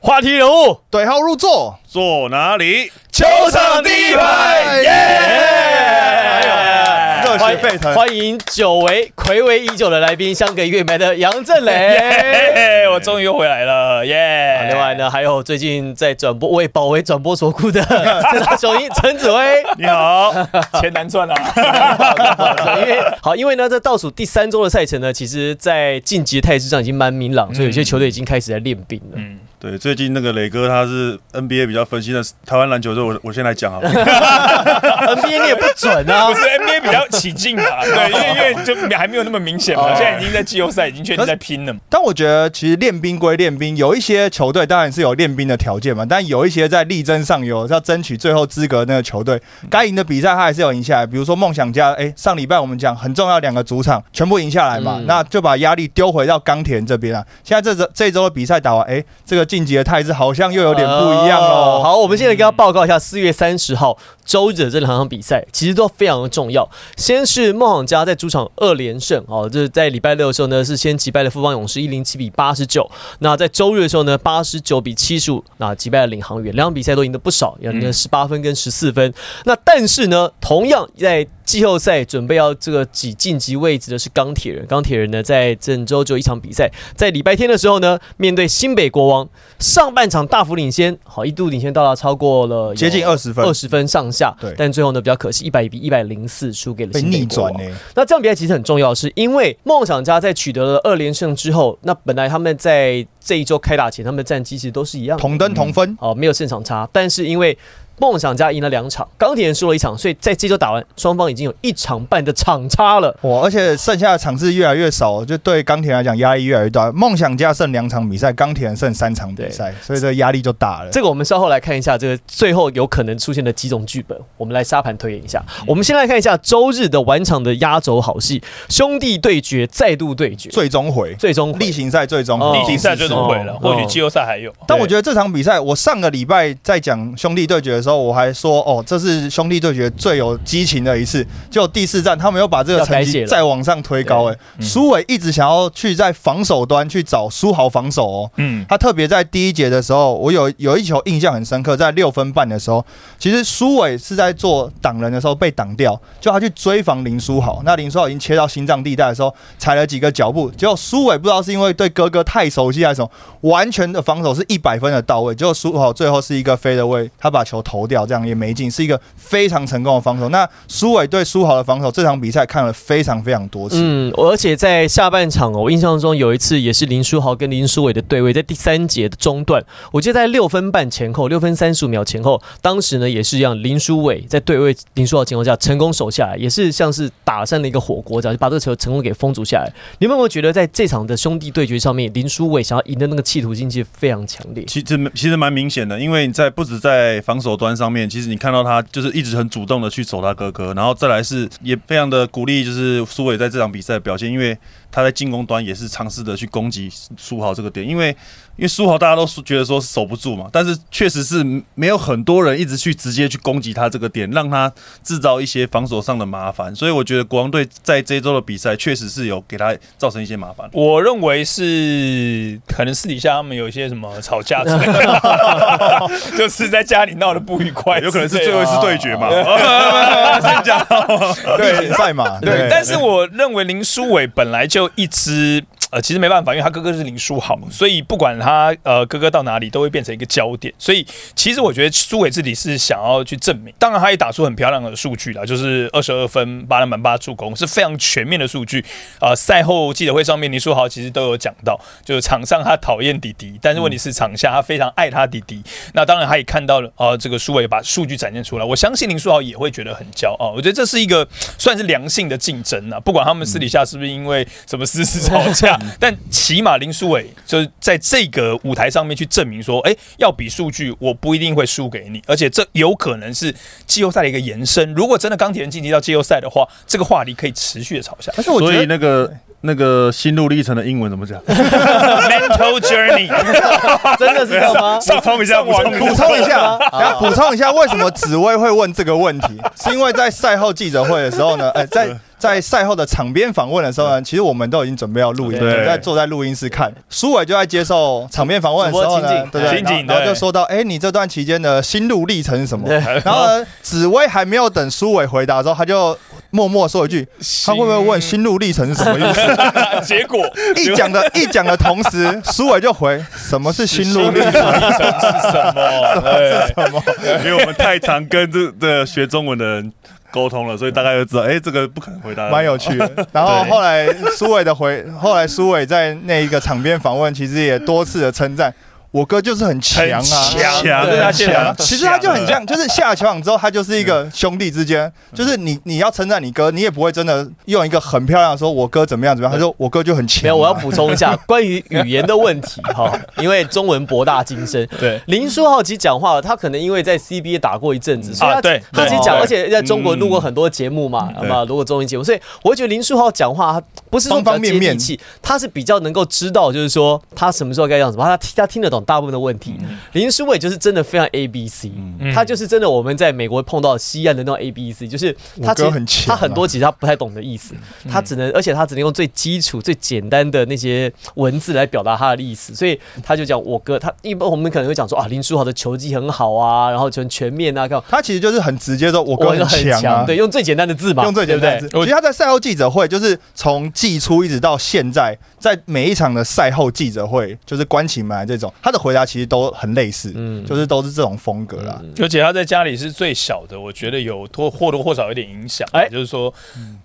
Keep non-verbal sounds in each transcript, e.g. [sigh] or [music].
话题人物对号入座，坐哪里？球场第一排，耶！哎呦热血沸欢腾欢迎久违、暌违已久的来宾，相隔一个月没的杨振 [laughs] 哎嘿雷。嘿，我终于又回来了，耶！啊另外，呢，还有最近在转播为保卫转播所 [laughs] 苦的正大雄鹰陈子 [laughs] 威。你好， [laughs] 钱难 [laughs] 赚啊！因为好，因为呢，这倒数第三周的赛程呢，其实，在晋级态势上已经蛮明朗，所以有些球队已经开始在练兵了。 [laughs] 嗯，对，最近那个磊哥他是 NBA 比较分析的台湾篮球，所以我我先来讲好了。 NBA 你也不准啊 [laughs] [laughs] 不，是 NBA 比较起劲嘛，对，因为因为就还没有那么明显嘛，哦现在已经在季后赛已经确定在拼了嘛。但我觉得其实练兵归练兵，有一些球队当然是有练兵的条件嘛，但有一些在力争上游要争取最后资格的那个球队，该赢的比赛他还是有赢下来。比如说梦想家，哎、上礼拜我们讲很重要两个主场全部赢下来嘛，嗯那就把压力丢回到钢铁人这边啊。现在这周这周的比赛打完，哎、这个晋级的态势好像又有点不一样哦喽。好，我们现在跟大家报告一下，四月三十号周日的这两场比赛其实都非常的重要。先是梦想家在主场二连胜哦，就是在礼拜六的时候呢，是先击败了富邦勇士一零七比八十九，那在周日的时候呢，八十九比七十五，那击败了领航员，两场比赛都赢得不少，赢了十八分跟十四分。那但是呢，同样在季后赛准备要这个挤晋级位置的是钢铁人，钢铁人呢在郑州就一场比赛，在礼拜天的时候呢，面对新北国王，上半场大幅领先，好一度领先到达超过了有接近20分二十分上下，对但最后呢比较可惜，一百比一百零四输给了被新逆北国转王呢、。那这场比赛其实很重要的是，因为梦想家在取得了二连胜之后，那本来他们在这一周开打前，他们的战绩其实都是一样的，同哎登同分，哦，没有胜场差，但是因为。梦想家赢了两场，钢铁人输了一场，所以在这周打完，双方已经有一场半的场差了。哇！而且剩下的场次越来越少，就对钢铁人来讲压力越来越大。梦想家剩两场比赛，钢铁人剩三场比赛，所以这个压力就大了。这个我们稍后来看一下，这个最后有可能出现的几种剧本，我们来沙盘推演一下。我们先来看一下周日的晚场的压轴好戏，兄弟对决再度对决，最终回，最终例行赛最终哦回，例行赛最终毁了，哦或许季后赛还有。哦但我觉得这场比赛，我上个礼拜在讲兄弟对决的时候，我还说哦，这是兄弟对决最有激情的一次。就第四战，他们又把这个成要改写绩了再往上推高、欸。哎，苏伟一直想要去在防守端去找苏豪防守哦。嗯，他特别在第一节的时候，我有有一球印象很深刻，在六分半的时候，其实苏伟是在做挡人的时候被挡掉，就他去追防林书豪，那林书豪已经切到心脏地带的时候，踩了几个脚步，结果苏伟不知道是因为对哥哥太熟悉还是什么，完全的防守是一百分的到位，结果苏豪最后是一个飞的位，他把球投掉，这样也没进，是一个非常成功的防守。那苏伟对苏豪的防守，这场比赛看了非常非常多次。嗯，而且在下半场哦，我印象中有一次也是林书豪跟林书伟的对位，在第三节的中段，我记得在六分半前后，六分三十五秒前后，当时呢也是一样，林书伟在对位林书豪的情况下成功守下来，也是像是打散了一个火锅这样，就把这个球成功给封阻下来。你们有没有觉得在这场的兄弟对决上面，林书伟想要赢的那个企图心其实非常强烈？其实其实蛮明显的，因为你在不止在防守端上面，其实你看到他就是一直很主动的去守他哥哥，然后再来是也非常的鼓励，就是苏伟在这场比赛的表现，因为他在进攻端也是尝试的去攻击苏豪这个点，因为因为苏豪大家都觉得说是守不住嘛，但是确实是没有很多人一直去直接去攻击他这个点，让他制造一些防守上的麻烦，所以我觉得国王队在这一周的比赛确实是有给他造成一些麻烦。我认为是可能私底下他们有一些什么吵架之类的， [laughs] 就是在家里闹得不愉快之类的，啊哦有可能是最后一次对决嘛？先讲，对，例行赛嘛，对对，，但是我认为林书伟本来就一直。呃，其实没办法，因为他哥哥是林书豪，所以不管他呃哥哥到哪里，都会变成一个焦点。所以其实我觉得苏伟自己是想要去证明，当然他也打出很漂亮的数据啦，就是二十二分、八篮板、八助攻，是非常全面的数据。呃，赛后记者会上面，林书豪其实都有讲到，就是场上他讨厌弟弟，但是问题是场下他非常爱他弟弟。那当然他也看到了，呃，这个苏伟把数据展现出来，我相信林书豪也会觉得很骄傲。我觉得这是一个算是良性的竞争啊，不管他们私底下是不是因为什么私事吵架， [laughs] 但起码林书伟就是在这个舞台上面去证明说，哎、要比数据，我不一定会输给你，而且这有可能是季后赛的一个延伸。如果真的钢铁人晋级到季后赛的话，这个话题可以持续的吵下去。而且我觉所得以那个那个心路历程的英文怎么讲？ Mental journey， [laughs] [laughs] 真的是这样吗？ [laughs] 上冲一下，补充 [laughs] 补充一下，等下补充一下，为什么紫薇会问这个问题？是因为在赛后记者会的时候呢，哎，在在赛后的场边访问的时候呢，其实我们都已经准备要录音，对在坐在录音室看。苏伟就在接受场边访问的时候主播呢情景，对不对？情景然后然后对就说到，哎，你这段期间的心路历程是什么？对然后呢，紫薇还没有等苏伟回答的时候，他就默默说一句：“他会不会问心路历程是什么 [laughs] 意思结果？”一讲的一讲的同时，苏伟就回：“什么是心路历程？”是什 [laughs] 么？对 [laughs] 因为我们太常跟这这学中文的人沟通了，所以大概就知道，哎，这个不可能回答。呃蛮有趣 [laughs] 的。然后后来苏伟的回，后来苏伟在那一个场边访问，其实也多次的称赞我哥就是很强很啊。强，强对他现在很强其实他就很像，就是下球场之后，他就是一个兄弟之间，就是你你要称赞你哥，你也不会真的用一个很漂亮的说我哥怎么样怎么样，他说我哥就很强啊。没有，我要补充一下关于语言的问题哈，因为中文博大精深。对林书豪其实讲话，他可能因为在 CBA 打过一阵子，所以他、啊对他其实对讲，对嗯而且在中国录过很多节目嘛，啊对嘛、录过综艺节目，所以我会觉得林书豪讲话他不是说比较方方面接地面气，他是比较能够知道，就是说他什么时候该讲什么，他听他听得懂大部分的问题。林书伟就是真的非常 A B C，、嗯他就是真的我们在美国碰到西岸的那种 A B C，就是他我其哥实很强他啊嗯很多其实他不太懂的意思，他只能而且他只能用最基础、最简单的那些文字来表达他的意思，所以他就讲我哥，他一般我们可能会讲说啊林书豪的球技很好啊，然后全全面啊，干嘛他其实就是很直接说，我哥我哥很强啊。对，用最简单的字嘛，用最简单的对字不。其实他在赛后记者会，就是从季初一直到现在，在每一场的赛后记者会，就是关起门来这种，他的回答其实都很类似，嗯就是都是这种风格啦。而且他在家里是最小的，我觉得有多或多或少有点影响。哎、哎就是说，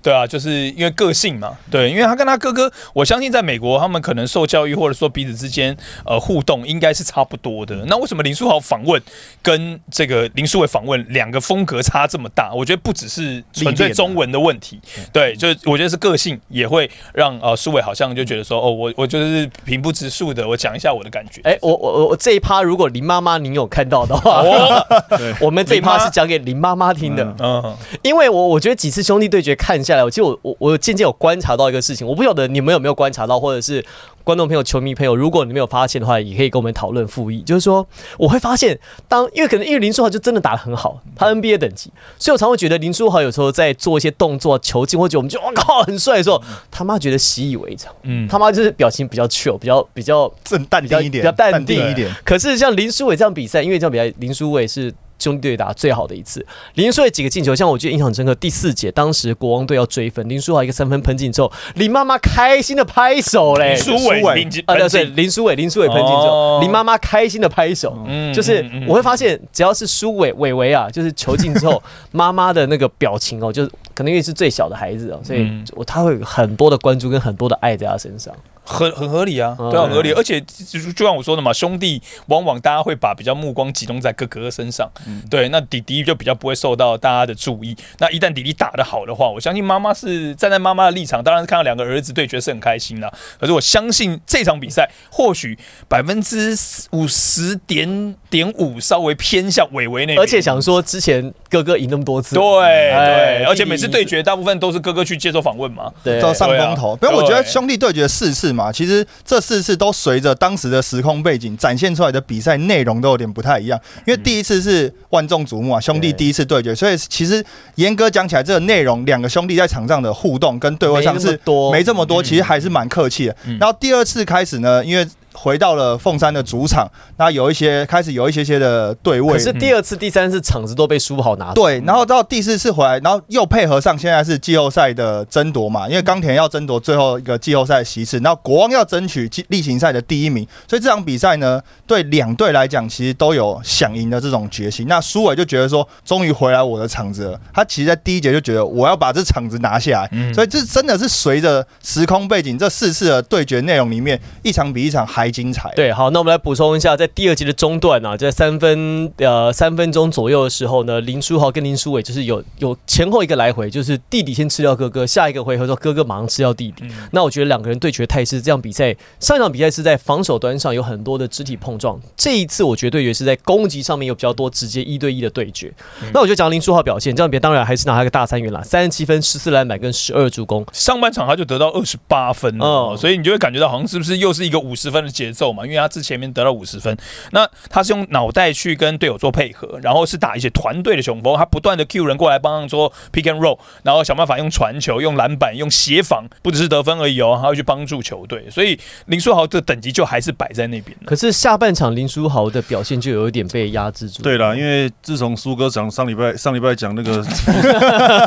对啊，就是因为个性嘛，对，因为他跟他哥哥，我相信在美国他们可能受教育或者说彼此之间呃互动应该是差不嗯多的。那为什么林书豪访问跟这个林书伟访问两个风格差这么大？我觉得不只是纯历练粹啊中文的问题，嗯对，就是我觉得是个性也会让呃书伟好像就觉得说，哦，我我就是平不直述的，我讲一下我的感觉。哎、我我我我这一趴，如果林妈妈您有看到的话，哦哦对我们这一趴林妈是讲给林妈妈听的。嗯，因为我我觉得几次兄弟对决看下来，我其实我我我渐渐有观察到一个事情，我不晓得你们有没有观察到，或者是观众朋友、球迷朋友，如果你们有发现的话，也可以跟我们讨论复议。就是说，我会发现当因为可能因为林书豪就真的打得很好，他 NBA 等级，所以我常会觉得林书豪有时候在做一些动作、球进，或者我们就哇靠很帅的时候，他妈觉得习以为常，嗯他妈就是表情比较 chill，比较比较正淡定一点，比较淡淡定定一点。可是像林书伟这样比赛，因为这样比赛，林书伟是兄弟队打最好的一次。林书伟几个进球，像我觉得印象很深刻。第四节，当时国王队要追分，林书豪一个三分喷进之后，林妈妈开心的拍手嘞。苏伟伟林哎啊，对对，本身林书伟，林书伟喷进之哦后，林妈妈开心的拍手，嗯就是嗯嗯我会发现，只要是苏伟伟伟啊，就是球进之后，妈妈的那个表情哦，就是可能因为是最小的孩子哦，所以嗯我他会有很多的关注跟很多的爱在他身上。很很合理啊，嗯对啊，很合理。而且就就像我说的嘛，兄弟往往大家会把比较目光集中在哥哥身上，嗯对，那弟弟就比较不会受到大家的注意。那一旦弟弟打得好的话，我相信妈妈是站在妈妈的立场，当然是看到两个儿子对决是很开心啦。可是我相信这场比赛或许百分之五十点点五稍微偏向伟伟那边，而且想说，之前哥哥赢那么多次，对哎对，而弟且弟每次对决大部分都是哥哥去接受访问嘛，对都上风头，不对啊然我觉得对兄弟对决四次嘛，其实这四次都随着当时的时空背景展现出来的比赛内容都有点不太一样。因为第一次是万众瞩目啊，兄弟嗯对第一次对决，所以其实严格讲起来，这个内容两个兄弟在场上的互动跟对位上没那么是多嗯没这么多，其实还是蛮客气的。然后第二次开始呢，因为回到了凤山的主场，那有一些开始有一些些的对位，可是第二次、第三次场子都被苏豪拿走。对，然后到第四次回来，然后又配合上现在是季后赛的争夺嘛，因为钢铁要争夺最后一个季后赛的席次，然后国王要争取季例行赛的第一名，所以这场比赛呢，对两队来讲其实都有想赢的这种决心。那苏伟就觉得说，终于回来我的场子了，他其实在第一节就觉得我要把这场子拿下来，所以这真的是随着时空背景，这四次的对决内容里面，一场比一场还精彩。对，好，那我们来补充一下，在第二节的中段啊，在三分呃三分钟左右的时候呢，林书豪跟林书伟就是有有前后一个来回，就是弟弟先吃掉哥哥，下一个回合说哥哥马上吃掉弟嗯弟。那我觉得两个人对决态势，这样比赛上一场比赛是在防守端上有很多的肢体碰撞，这一次我觉得对决是在攻击上面有比较多直接一对一的对决。嗯那我就讲林书豪表现，这样别当然还是拿他个大三元啦，三十七分、十四篮板跟十二助攻，上半场他就得到二十八分了哦所以你就会感觉到好像是不是又是一个五十分的节奏嘛，因为他之前面得到五十分，那他是用脑袋去跟队友做配合，然后是打一些团队的雄风，他不断的 Q 人过来帮忙做 pick and roll，然后想办法用传球、用篮板、用协防，不只是得分而已哦，还要去帮助球队。所以林书豪的等级就还是摆在那边的。可是下半场林书豪的表现就有一点被压制住。对啦，因为自从苏哥讲上礼拜 [laughs] 上礼拜讲那个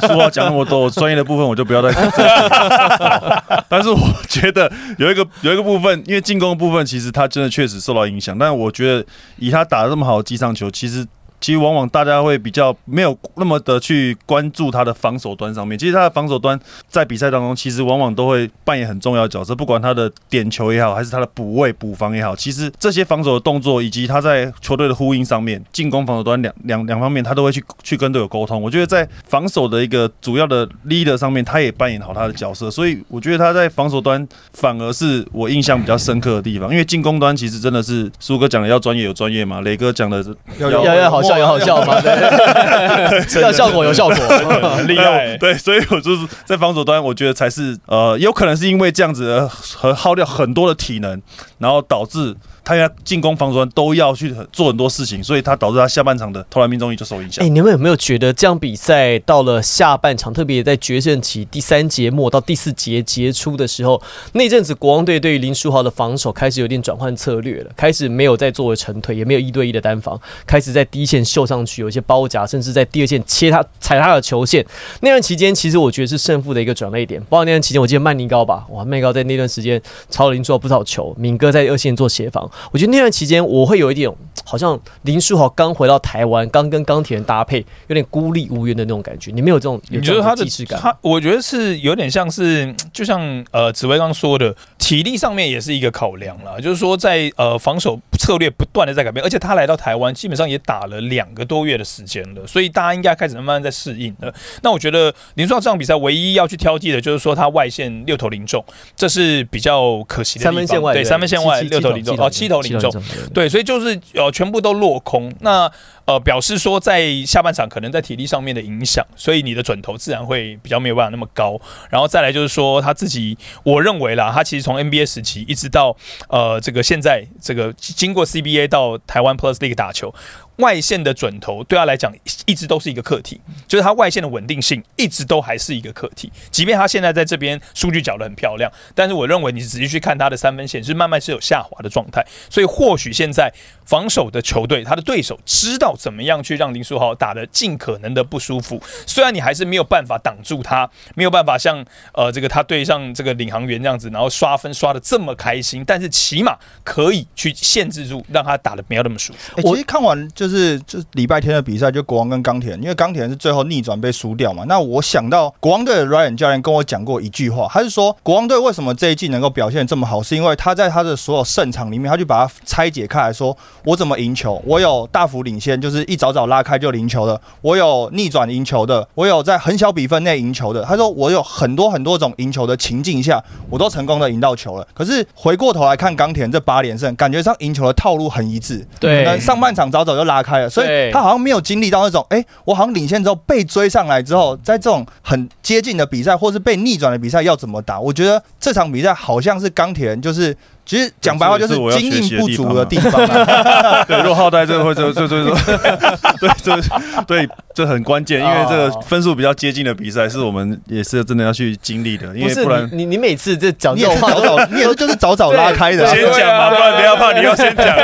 苏豪讲那么多，我专业的部分我就不要再 [laughs] 讲了。 [laughs] 但是我觉得有一个有一个部分，因为进攻的部分其实他真的确实受到影响，但我觉得以他打得这么好的机上球，其实。其实往往大家会比较没有那么的去关注他的防守端上面。其实他的防守端在比赛当中，其实往往都会扮演很重要的角色，不管他的点球也好，还是他的补位、补防也好，其实这些防守的动作以及他在球队的呼应上面，进攻、防守端两两两方面，他都会去去跟队友沟通。我觉得在防守的一个主要的 leader 上面，他也扮演好他的角色，所以我觉得他在防守端反而是我印象比较深刻的地方。因为进攻端其实真的是苏哥讲的要专业有专业嘛，雷哥讲的有要要好笑有好笑嘛， [laughs] 对要效果有效果。很厉害， [laughs] 对，所以我就是在防守端，我觉得才是呃，有可能是因为这样子而和耗掉很多的体能，然后导致他要进攻、防守端都要去很做很多事情，所以他导致他下半场的投篮命中率就受影响。哎、你们有没有觉得这样比赛到了下半场，特别在决胜期第三节末到第四节结束的时候，那阵子国王队对于林书豪的防守开始有点转换策略了，开始没有再作为沉退，也没有一对一的单防，开始在第一线秀上去，有一些包夹，甚至在第二线切他踩他的球线。那段期间，其实我觉得是胜负的一个转捩点。包括那段期间，我记得曼尼高吧，哇，曼尼高在那段时间超林书豪不少球，敏哥在二线做协防。我觉得那段期间，我会有一点好像林书豪刚回到台湾，刚跟钢铁人搭配，有点孤立无援的那种感觉。你没有这种有你这觉得种他的既视感吗？他，我觉得是有点像是，就像呃，紫薇刚说的，体力上面也是一个考量啦。就是说在，呃防守策略不断的在改变，而且他来到台湾，基本上也打了两个多月的时间了，所以大家应该开始慢慢在适应了。那我觉得林书豪这场比赛唯一要去挑剔的就是说他外线六投零中，这是比较可惜的地三方。分线外对三分线外六投零中，哦七投零中，，对，所以就是呃，全部都落空。那呃，表示说在下半场可能在体力上面的影响，所以你的准头自然会比较没有办法那么高。然后再来就是说他自己，我认为啦，他其实从 NBA 时期一直到呃这个现在这个经过 CBA 到台湾 Plus League 打球。外线的准头对他来讲一直都是一个课题，就是他外线的稳定性一直都还是一个课题。即便他现在在这边数据缴得很漂亮，但是我认为你仔细去看他的三分线是慢慢是有下滑的状态。所以或许现在防守的球队，他的对手知道怎么样去让林书豪打得尽可能的不舒服。虽然你还是没有办法挡住他，没有办法像呃这个他对上这个领航员这样子，然后刷分刷的这么开心，但是起码可以去限制住，让他打得没有那么舒服。欸、其实看完就是就是礼拜天的比赛，就国王跟钢铁人，因为钢铁人是最后逆转被输掉嘛。那我想到国王队的 Ryan 教练跟我讲过一句话，他是说国王队为什么这一季能够表现这么好，是因为他在他的所有胜场里面，他就把它拆解开来说，我怎么赢球，我有大幅领先，就是一早早拉开就赢球的，我有逆转赢球的，我有在很小比分内赢球的。他说我有很多很多种赢球的情境下，我都成功的赢到球了。可是回过头来看钢铁人这八连胜，感觉上赢球的套路很一致，对可能上半场早早就拉开了，所对以他好像没有经历到那种，哎、我好像领先之后被追上来之后，在这种很接近的比赛或是被逆转的比赛要怎么打？我觉得这场比赛好像是钢铁人，就是其实讲白话就是这是我要经学习验的不地足方的地 [laughs] 方啊。对，若浩带这个会，这这这这， [laughs] 对这对这很关键，因为这哦个分数比较接近的比赛，是我们也是真的要去经历的，因不为是不然你你你每次这讲你这也种是话早早，你也是就是早早拉开的啊。先对讲啊嘛，不然不要对怕，啊你要先讲。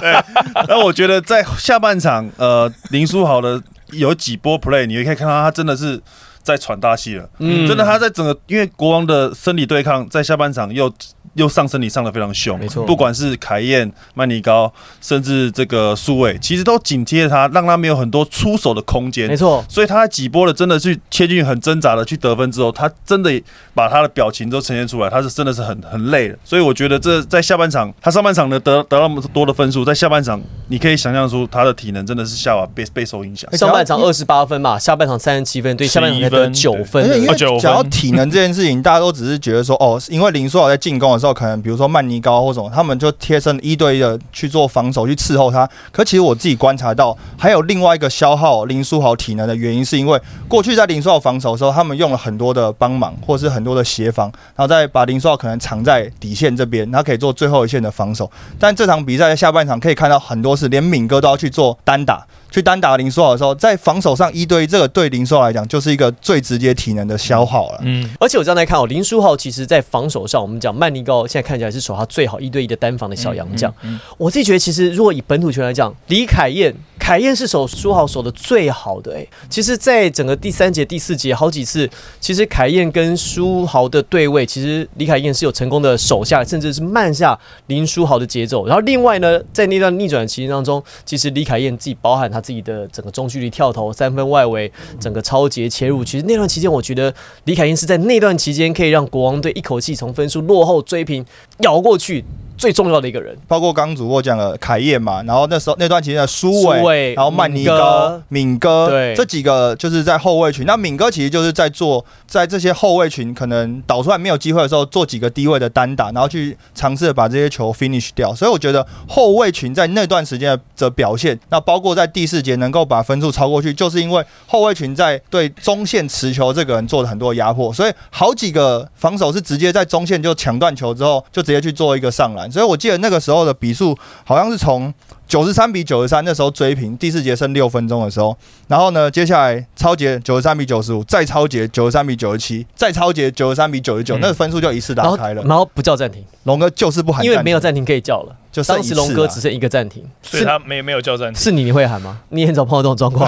对，那我觉得在下半场，呃，林书豪的有几波 play，你也可以看到他真的是在喘大气了。嗯真的他在整个因为国王的生理对抗，在下半场又。又上身体上的非常凶，没错不管是凯燕、曼尼高，甚至这个苏伟，其实都紧贴着他，让他没有很多出手的空间没。错，所以他在几波的真的去切进去很挣扎的去得分之后，他真的把他的表情都呈现出来，他是真的是很很累的。所以我觉得这在下半场，他上半场的得得到那么多的分数，在下半场你可以想象出他的体能真的是下滑被被受影响。哎上半场二十八分嘛，下半场三十七分，对，下半场才得11分九对分而而且已因哦九为分讲到体能这件事情，大家都只是觉得说，哦，因为林书豪在进攻的时候，可能比如说曼尼高或什么，他们就贴身一对一的去做防守，去伺候他。可其实我自己观察到，还有另外一个消耗林书豪体能的原因，是因为过去在林书豪防守的时候，他们用了很多的帮忙，或是很多的协防，然后再把林书豪可能藏在底线这边，他可以做最后一线的防守。但这场比赛的下半场可以看到很多是连敏哥都要去做单打，去单打林书豪的时候，在防守上一对一，这个对林书豪来讲就是一个最直接体能的消耗了。嗯，而且我这样来看哦，林书豪其实在防守上，我们讲曼尼高现在看起来是守他最好一对一的单防的小洋将。嗯嗯我自己觉得，其实如果以本土球员来讲，李凯燕，凯燕是守书豪守的最好的、欸。其实，在整个第三节、第四节好几次，其实凯燕跟书豪的对位，其实李凯燕是有成功的守下，甚至是慢下林书豪的节奏。然后另外呢，在那段逆转的期间当中，其实李凯燕自己包含他自己的整个中距离跳投、三分外围、整个超节切入，其实那段期间，我觉得李凯燕是在那段期间可以让国王队一口气从分数落后追平咬过去最重要的一个人。包括刚主播讲了凯燕嘛，然后那时候那段期间的苏苏伟伟，然后曼尼敏高哥、敏哥，对这几个就是在后卫群。那敏哥其实就是在做在这些后卫群可能导出来没有机会的时候，做几个低位的单打，然后去尝试把这些球 finish 掉。所以我觉得后卫群在那段时间的表现，那包括在第四节能够把分数超过去，就是因为后卫群在对中线持球这个人做了很多压迫，所以好几个防守是直接在中线就抢断球之后，就直接去做一个上篮。所以我记得那个时候的比数好像是从九十三比九十三，那时候追平，第四节剩六分钟的时候，然后呢，接下来超节九十三比九十五，再超节九十三比九十七，再超节九十三比九十九，嗯那分数就一次然打后开了然。后不叫暂停，龙哥就是不喊暂因停，为没有暂停可以叫了。就剩一当次时啊龙哥只剩一个暂停，所以是啊他没没有叫 [laughs] 暂停，是你你会喊吗？你也很少碰到这种状况，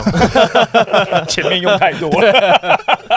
前面用太多了，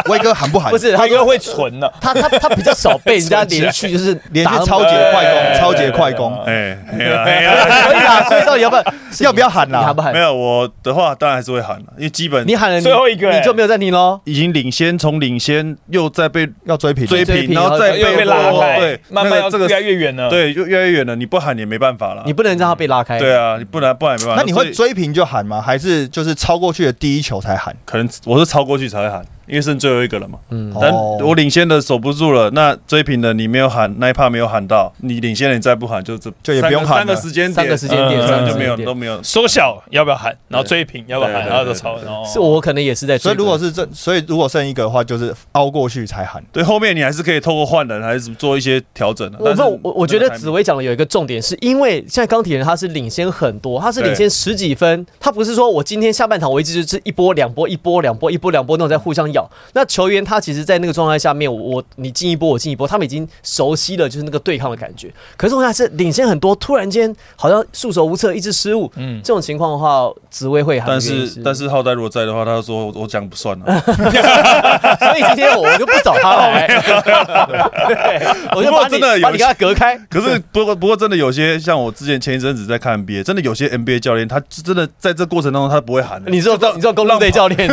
威哥喊不 [laughs] 喊？不是他他应该会存呢。 [laughs] 他他他比较少被人家连续就是连续打那么超节对快攻，对超节快攻，哎，哎呀哎呀，可以啦，所以到底要不 [laughs] 要要不要喊你喊啦不？喊没？有我的话，当然还是会喊了，因为基本你喊了你最后一个欸你就没有暂停喽。已经领先，从领先又再被要追平，啊追追平，平然后然再后又被拉落后开哦对，，慢慢那要个这个越来越远了。，对，就越来越远了。你不喊也没办法了。你不能让他被拉开。对啊，你不然不然也没办法。那你会所以追平就喊吗？还是就是超过去的第一球才喊？可能我是超过去才会喊，因为剩最后一个了嘛。嗯，但哦我领先的守不住了，那追平的你没有喊，那一趴没有喊到，你领先了你再不喊就这就也不用喊了三个三个时间点，三个时间点嗯三个时间点就没有都没有。缩小要不要喊，然后追平要不要对喊，对然后就对超。对然后是我可能也是在追所分。以如果是这，所以如果剩一个的话，就是凹过去才喊。对，后面你还是可以透过换人还是做一些调整的。我但是不，我我觉得那个紫薇讲的有一个重点，是因为现在钢铁人他是领先很多，他是领先十几分，他不是说我今天下半场我一直就是一波两波一波两波一波两波那种在互相咬。那球员他其实，在那个状态下面，我我你进一波我进一波，他们已经熟悉了就是那个对抗的感觉。可是我现在是领先很多，突然间好像束手无策，一直失误，嗯，这种情况的话，紫薇会喊。但是但，是浩代如果在的话，他就说我我讲不算啊了。 [laughs] 所以今天我我就不找他 [laughs] 来， [laughs] 对，我就不过把真你的有把你跟他隔开。 [laughs] 可是不过不过真的有些像我之前前一阵子在看 NBA，真的有些 NBA 教练他真的在这过程当中他不会喊的，你说你说公路队教练，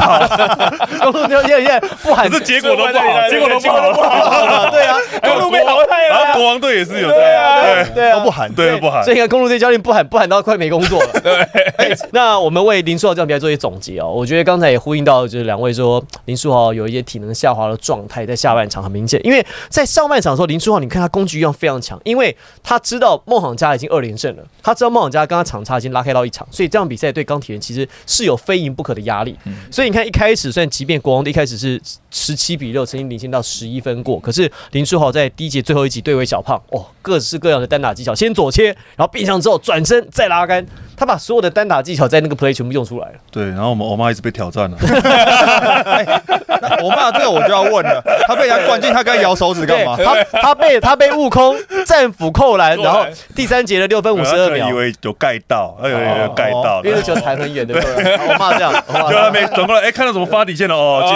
公路队教练不喊，可是结果都不好，对结果都不好，对 [laughs] 啊，公哎路被淘汰然后了。国王队也是有这样，对对啊，哦都不喊 [laughs] 对不喊所。以你看，公路队教练不喊不喊到快没工作了。 [laughs] 对，那我们为林书豪这场比赛做一些总结哦。我觉得刚才也呼应到，就是两位说林书豪有一些体能下滑的状态，在下半场很明显。因为在上半场的时候，林书豪你看他攻击欲望非常强，因为他知道孟想家已经二连胜了，他知道孟想家跟他场差已经拉开到一场，所以这场比赛对钢铁人其实是有非赢不可的压力。所以你看一开始，虽然即便国王队一开始是十七比六，曾经领先到十一分过，可是林书豪在第一节最后一集对位小胖，哦，各式各样的单打技巧，先左切，然后变向之后转身再拉杆，他把所有的单打技巧在那个 play 全部用出来了。对，然后我们我妈一直被挑战了，哎那我骂这个我就要问了，他被人家灌进，他该摇手指干嘛？对他他被他被悟 [laughs] 空战斧扣篮，扣然篮后第三节的六分五十二然后她啊秒以，为有盖到，哎呦有有盖到，因为那然球后弹很远的，对 [laughs] 不对？我骂这样，我骂就这他啊样没转过来，哎，看到怎么发底线了哦，进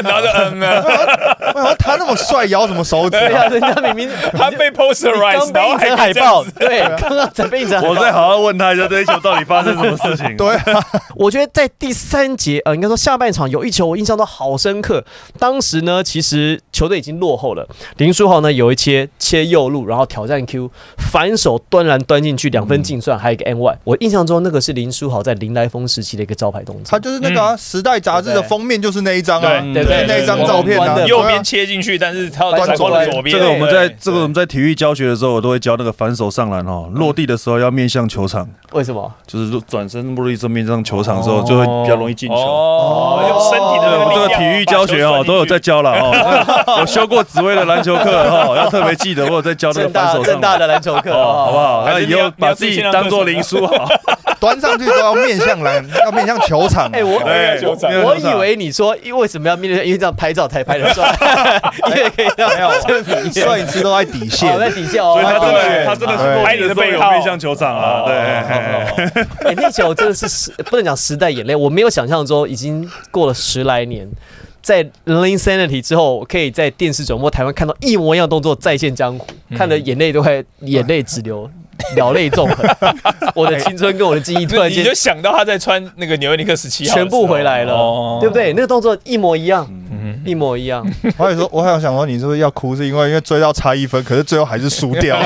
[laughs] 然后就嗯啊， [laughs] 我想他那么帅，摇什么手指对啊？呀，人家明明他被刚被印 posterize，然后还成海这样报，子对，刚刚才被印成海报。我再好好问他一下这一球到底发生什么事情。对啊，我觉得在第三节，呃，应该说下半场有一球我印象都好深刻。当时呢，其实球队已经落后了，林书豪呢有一切切右路，然后挑战 Q，反手端篮端进去，两分进算，还有一个 N Y。我印象中那个是林书豪在林来疯时期的一个招牌动作。他就是那个啊《时代》杂志的封面就是那一张啊对。嗯对对，那张照片啊弯的右边切进去，但是他端闪光的左左边。这个我们在对这个我们在体育教学的时候，我都会教那个反手上篮哦，落地的时候要面向球场，为什么？就是转身落地之后面向球场之后，就会比较容易进球。哦，用身体的对，那我们力这个量体育教学哦，都有在。教了 [laughs] 哦。我修过紫薇的篮球课哦，要特别记得我有在教那个正反大手正上大篮，的篮球课，哦，好不好？还那是以你要后把自己当做林书好。端上去都要面向篮，要面向球场。啊 [laughs] 哎， [laughs] 我哎球场我以为你说，因为什么要面对？因为这样拍照才拍得出来，因为可以让没有证明摄影师都在底线哦，。在底下哦所以。他真对的他真的哎是拍拍你的你的背背靠靠面向球场啊，对。对， [laughs] 哎，那球真的是时不能讲时代眼泪，我没有想象中已经过了十来年，在《Lin Sanity》之后，可以在电视转播台湾看到一模一样的动作再现江湖，嗯看得眼泪都快眼泪直流，了泪纵横。 [laughs] 我的青春跟我的记忆突就然你间就想到他在穿那个纽约尼克十七号的时全候，部回来哦嗯了，对不？对？那个动作一模一样，一模一样。我还说，我还想说，你是不是要哭？是因为因为追到差一分，可是最后还是输 [laughs] 掉。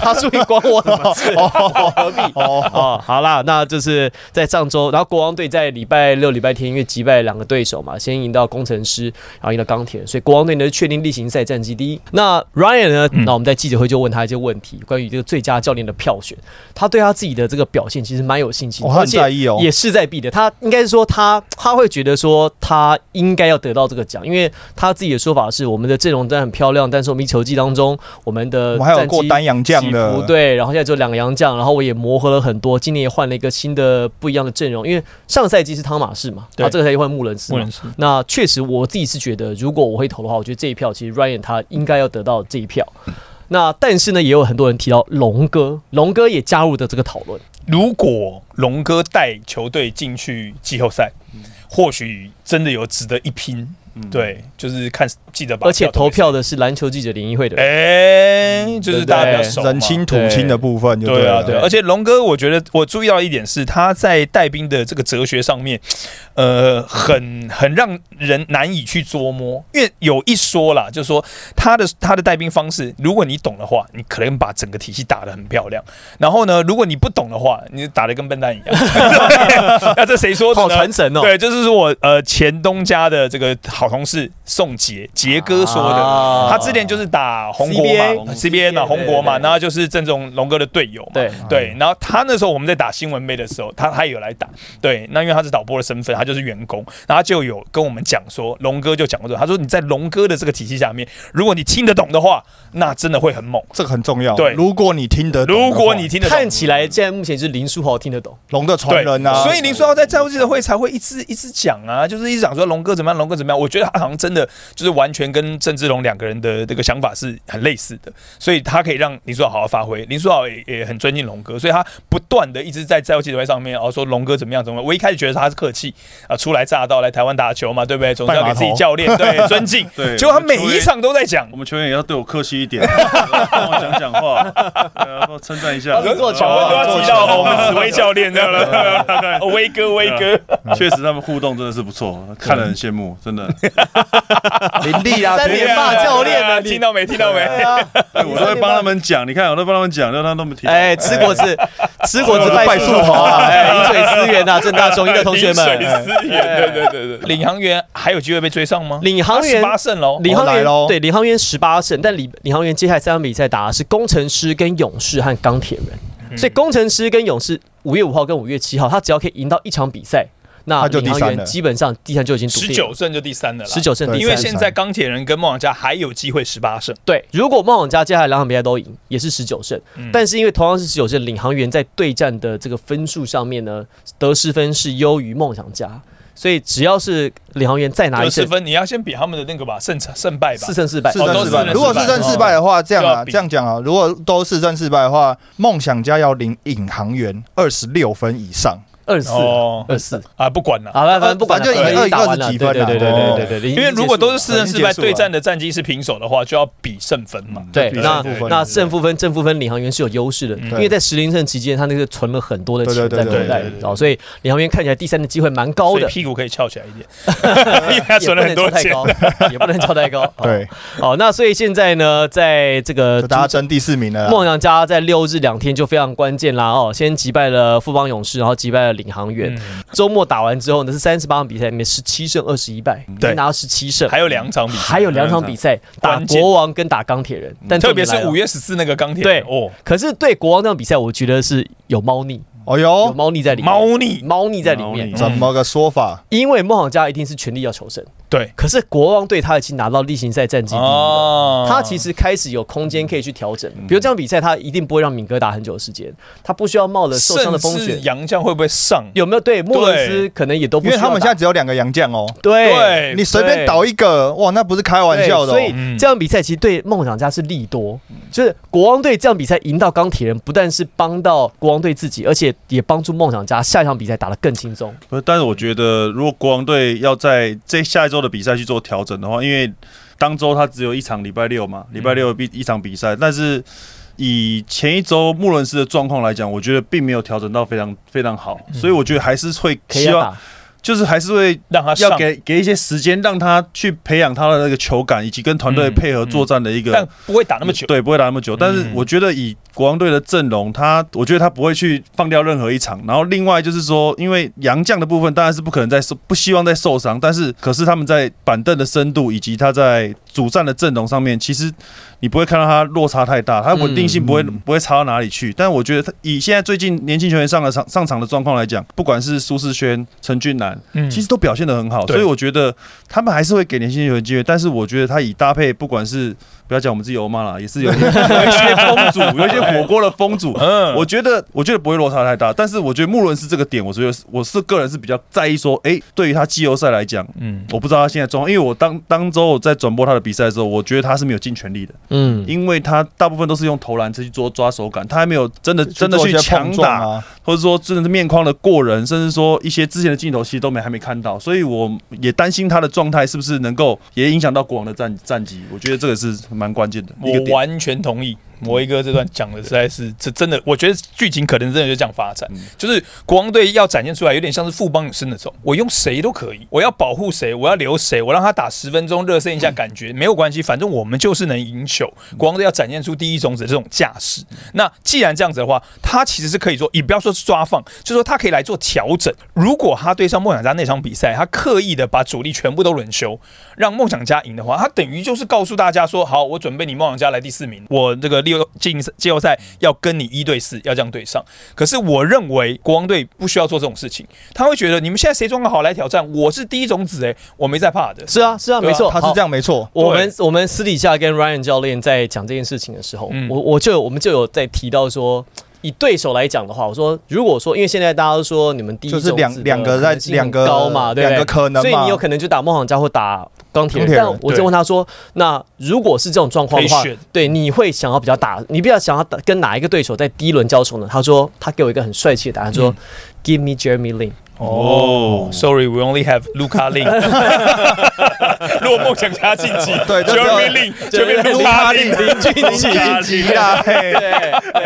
他输赢关我什 [laughs] 么事？我何必？哦，好啦，那就是在上周，然后国王队在礼拜六、礼拜天因为击败两个对手嘛，先赢到工程师，然后赢到钢铁，所以国王队呢确定例行赛战绩第一。那 Ryan 呢？嗯那我们在记者会就问他一些问题，关于这个最佳教练的票选，他对他自己的这个表现其实蛮有信心，哦他很而且在意哦也势在必得。他应该是说他他会觉得说他应该要得到这个奖，因为他自己的说法是我们的阵容真的很漂亮，但是我们一球季当中我们的我们还有战绩过单阳将的起伏对，然后现在就两个洋将，然后我也磨合了很多，今年也换了一个新的不一样的阵容，因为上赛季是汤马士嘛，对然后这个赛季换穆伦斯不嘛能。输。那确实，我自己是觉得，如果我会投的话，我觉得这一票其实 Ryan 他应该要得到这一票。嗯那但是呢，也有很多人提到龙哥，龙哥也加入的这个讨论。如果龙哥带球队进去季后赛，或许真的有值得一拼。对，就是看记得把而且票投投给谁票的是篮球记者联谊会的人，哎，就是大家比较熟嘛人亲土亲的部分就对啊，了。对啊，而且龙哥，我觉得我注意到一点是，他在带兵的这个哲学上面，呃，很很让人难以去捉摸。因为有一说啦，就是说他的他的带兵方式，如果你懂的话，你可能把整个体系打得很漂亮。然后呢，如果你不懂的话，你就打得跟笨蛋一样。 [laughs] 那这谁说的好呢？传神哦。对，这就是我呃前东家的这个好同事宋杰杰哥说的。啊他之前就是打红国 CBA 嘛，CBA 嘛，红国嘛，对对对然后就是郑总龙哥的队友嘛。对对，然后他那时候我们在打新闻杯的时候，他他也有来打。对，那因为他是导播的身份，他就是员工，然后他就有跟我们讲说，龙哥就讲过这个，他说你在龙哥的这个体系下面，如果你听得懂的话，那真的会很猛。这个很重要。对如果你听得懂的话，如果你听得懂，看起来现在目前是林书豪听得懂，龙的传人啊，所以林书豪在战术记者会才会一直一直讲啊，就是一直讲说龙哥怎么样，龙哥怎么样。我觉得他好像真的就是完全跟郑志龙两个人的这个想法是很类似的，所以他可以让林书豪好好发挥。林书豪也也很尊敬龙哥，所以他不断的一直在战术记者会上面哦说龙哥怎么样怎么样。我一开始觉得他是客气啊，初来乍到来台湾打球嘛，对不对？总是要给自己教练 [laughs] 对尊敬，对结果他每一场都在讲 [laughs] 我。们球员也要对我客气一点，帮我讲讲话，对啊帮我称赞一下。啊帮你做球啊我们都要提到哦我们紫薇教练这 [laughs] 样了，威哥威哥，确实他们互动真的是不错，看了很羡慕，[laughs] 真的。林立 [laughs] 啊，三 [laughs] 连霸教练啊你听到没？听到没？哎我都会帮他们讲，你看我都帮他们讲，让他们都没提到。嗯哎，吃果子，吃果子拜拜树树头头啊！啊哎，饮水思源呐，正大中医的同学们，饮水思源，对对对对，领航员还有机会被追上吗？领航员八胜喽，领航来员、咯对领航员十八胜，但领领航员接下来三场比赛打的是工程师、跟勇士和钢铁嗯人，所以工程师跟勇士五月五号跟五月七号，他只要可以赢到一场比赛，那他就领航第三员了基本上第三就已经笃十定九胜就第三了啦，十九胜第对因三为。现在钢铁人跟梦想家还有机会十八胜，对，如果梦想家接下来两场比赛都赢，也是十九胜，嗯但是因为同样是十九胜，领航员在对战的这个分数上面呢，得失分是优于梦想家，所以只要是领航员再拿一得失胜，分你要先比他们的那个吧，胜胜败吧四。胜四败，四哦胜都四是四败胜。如果四败是胜四败的话，这样就要啊，比这样讲啊，如果都是胜四败的话，梦想家要领引航员二十六分以上。二四哦二四，啊，不管了。好了，反正不管了，反正已经已经打完了二十几分对了哦对对对对对对，已因经为如果都是四胜四败已经结束了对战的战绩是平手的话，就要比胜分嘛。嗯对，比那胜负分那对嗯正负分正负分领航员是有优势的，因为在十连胜期间，他那个存了很多的钱对对在对口对袋对里，哦，所以领航员看起来第三的机会蛮高所以的，屁股可以翘起来一点，因为他也不存了很能多超太钱。高，也不能超 [laughs] 太高。哦，呃对，好，那所以现在呢，在这个就大家啊争第四名了啦。梦想家在六日两天就非常关键啦哦，先击败了富邦勇士，然后击败了领航嗯员。周末打完之后呢，是三十八场比赛里面十七胜二十一败，对已经拿到十七胜，还有两场比赛，嗯还有两场比赛打关键国王跟打钢铁人，但特别是重点来了五。月十四那个钢铁对人哦，可是对国王那场比赛，我觉得是有猫腻，哦有哟，猫腻在里面，猫腻，猫腻在里猫面腻，怎么个说法？因为梦想家一定是全力要求胜，对，可是国王队他已经拿到例行赛战绩第一了。哦他其实开始有空间可以去调整，比如这场比赛，他一定不会让敏哥打很久的时间，他不需要冒着受伤的风甚至险。杨将会不会上？有没有对莫伦斯可能也都不因需为要打，他们现在只有两个洋将哦，对对，你随便对倒一个，哇，那不是开玩对笑的哦所。以这场比赛其实对梦想家是利多，就是国王队这场比赛赢到钢铁人，不但是帮到国王队自己，而且也帮助梦想家下一场比赛打得更轻松。不是，但是我觉得，如果国王队要在这下一周的比赛去做调整的话，因为当周他只有一场礼拜六嗯嘛，礼拜六比一场比赛，但是以前一周穆伦斯的状况来讲，我觉得并没有调整到非常非常嗯好，所以我觉得还是会可以啊希望，打，就是还是会让他要啊上，给给一些时间让他去培养他的那个球感，以及跟团队嗯配合作战的一个、但不会打那么久。对，不会打那么久。但是嗯我觉得以国王队的阵容，他我觉得他不会去放掉任何一场。然后另外就是说，因为杨将的部分当然是不可能再受，不希望再受伤，但是可是他们在板凳的深度以及他在主战的阵容上面，其实你不会看到他落差太嗯大，他稳定性不会、不会差到哪里去。但我觉得他以现在最近年轻球员上了场上场的状况来讲，不管是苏世轩、陈俊南，嗯其实都表现得很好，对所以我觉得他们还是会给年轻球员机会，但是我觉得他以搭配，不管是不要讲我们自己欧妈啦，也是 [laughs] 有有一些风阻，有一些火锅的风阻。嗯我觉得，我觉得不会落差太大，但是我觉得穆伦斯这个点，我觉得我是个人是比较在意说，诶，对于他季后赛来讲，嗯我不知道他现在状况，因为我当当周我在转播他的比赛的时候，我觉得他是没有尽全力的，嗯，因为他大部分都是用投篮去做抓手感，他还没有真的真的做一去些强碰撞打，啊，或者说真的是面框的过人，甚至说一些之前的镜头其实都没还没看到，所以我也担心他的状态是不是能够也影响到国王的战战绩，我觉得这个是蛮关键的一个我点。完全同意。摩一哥这段讲的实在是，这真的，我觉得剧情可能真的就这样发展，嗯就是国王队要展现出来，有点像是富邦勇士那种，我用谁都可以，我要保护谁，我要留谁，我让他打十分钟热身一下，感觉没有关系，反正我们就是能赢球。嗯国王队要展现出第一种子这种架势。那既然这样子的话，他其实是可以做，也不要说是抓放，就说他可以来做调整。如果他对上梦想家那场比赛，他刻意的把主力全部都轮休，让梦想家赢的话，他等于就是告诉大家说：好，我准备你梦想家来第四名，我这个六进季后赛要跟你一对四，要这样对上。可是我认为国王队不需要做这种事情，他会觉得你们现在谁状况好来挑战，我是第一种子诶、我没在怕的。是啊，是啊，对啊没错，他是好这样没错。我们我们私底下跟 Ryan 教练在讲这件事情的时候，嗯我我就有我们就有在提到说，以对手来讲的话，我说如果说因为现在大家都说你们第一就是种子的两两个可在能性很两个高嘛，对不对两个可能所嘛以你有可能就打梦想家或打钢铁人。钢铁人但我就问他说，那如果是这种状况的话可以选，对，你会想要比较打，你比较想要打跟哪一个对手在第一轮交手呢？他说他给我一个很帅气的答案，说嗯 Give me Jeremy Lin。哦 Sorry, we only have Luca Lin。如果梦想家晋级，对这是 Jeremy Lin，Jeremy Luca 哎 Lin，林俊晋级 [laughs] 啦，嘿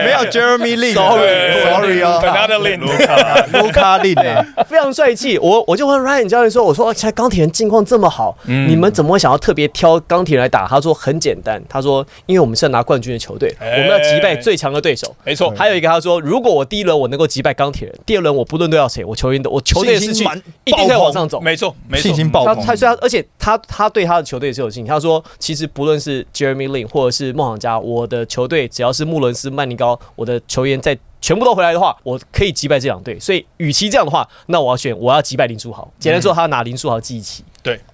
没有 Jeremy 啊 Sorry， Lin，sorry 哦， ，Another 哎 Lin。哎卢卡令啊，非常帅气。我我就问 Ryan 教练说：“我说，现在钢铁人近况这么好，嗯你们怎么会想要特别挑钢铁人来打？”他说：“很简单，他说，因为我们是要拿冠军的球队，哎我们要击败最强的对手。”哎没错，还有一个，他说：“如果我第一轮我能够击败钢铁人，第二轮我不论对到谁，我球员的我球队的士信气心满一定会往上走。”没错，没错，信心爆他棚。他虽然，而且他他对他的球队也是有信心。他说，其实不论是 Jeremy Lin 或者是梦想家，我的球队只要是穆伦斯、曼尼高，我的球员在全部都回来的话，我可以击败这两队。所以，与其这样的话，那我要选我要击败林书豪。简单说，他拿林书豪记起。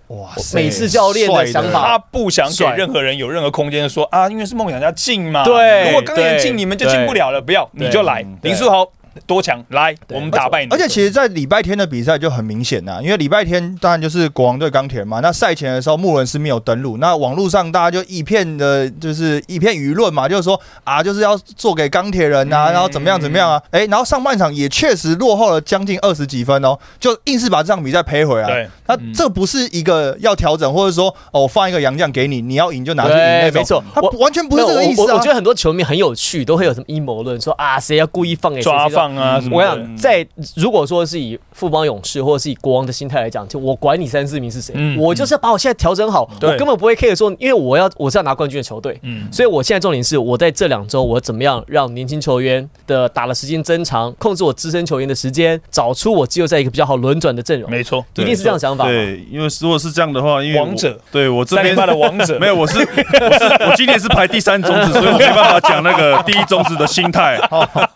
哇每次教练的想法他不想给帅任何人有任何空间，说啊，因为是梦想家进嘛。对如果钢铁人对进，你们就进不了了，不要，对你就来。对林书豪多强，来，对我们打败你。而且其实，在礼拜天的比赛就很明显呐、因为礼拜天当然就是国王对钢铁人嘛。那赛前的时候，穆伦斯没有登陆，那网络上大家就一片的，就是一片舆论嘛，就是说啊，就是要做给钢铁人嗯啊，然后怎么样怎么样啊。哎、然后上半场也确实落后了将近二十几分哦，就硬是把这场比赛赔回来。对，那嗯这不是一个要调整，或者说哦，我放一个洋将给你，你要赢就拿去赢对那种没错他我完全不是这个意思我我啊我觉。得很多球迷很有趣，都会有什么阴谋论，说啊，谁要故意放给谁抓谁棒啊，什么我的想，在如果说是以富邦勇士或者是以国王的心态来讲，就我管你三四名是谁，嗯我就是要把我现在调整好，我对根本不会 care 说，因为我要我是要拿冠军的球队，嗯所以我现在重点是我在这两周我怎么样让年轻球员的打的时间增长，控制我资深球员的时间，找出我只有在一个比较好轮转的阵容，没错，一定是这样想法嘛。对，因为如果是这样的话，因为我王者对我嗯这三连边霸的王者 [laughs] 没有，我是我是我今年是排第三种子，所以我没办法讲那个第一种子的心 [laughs] 态。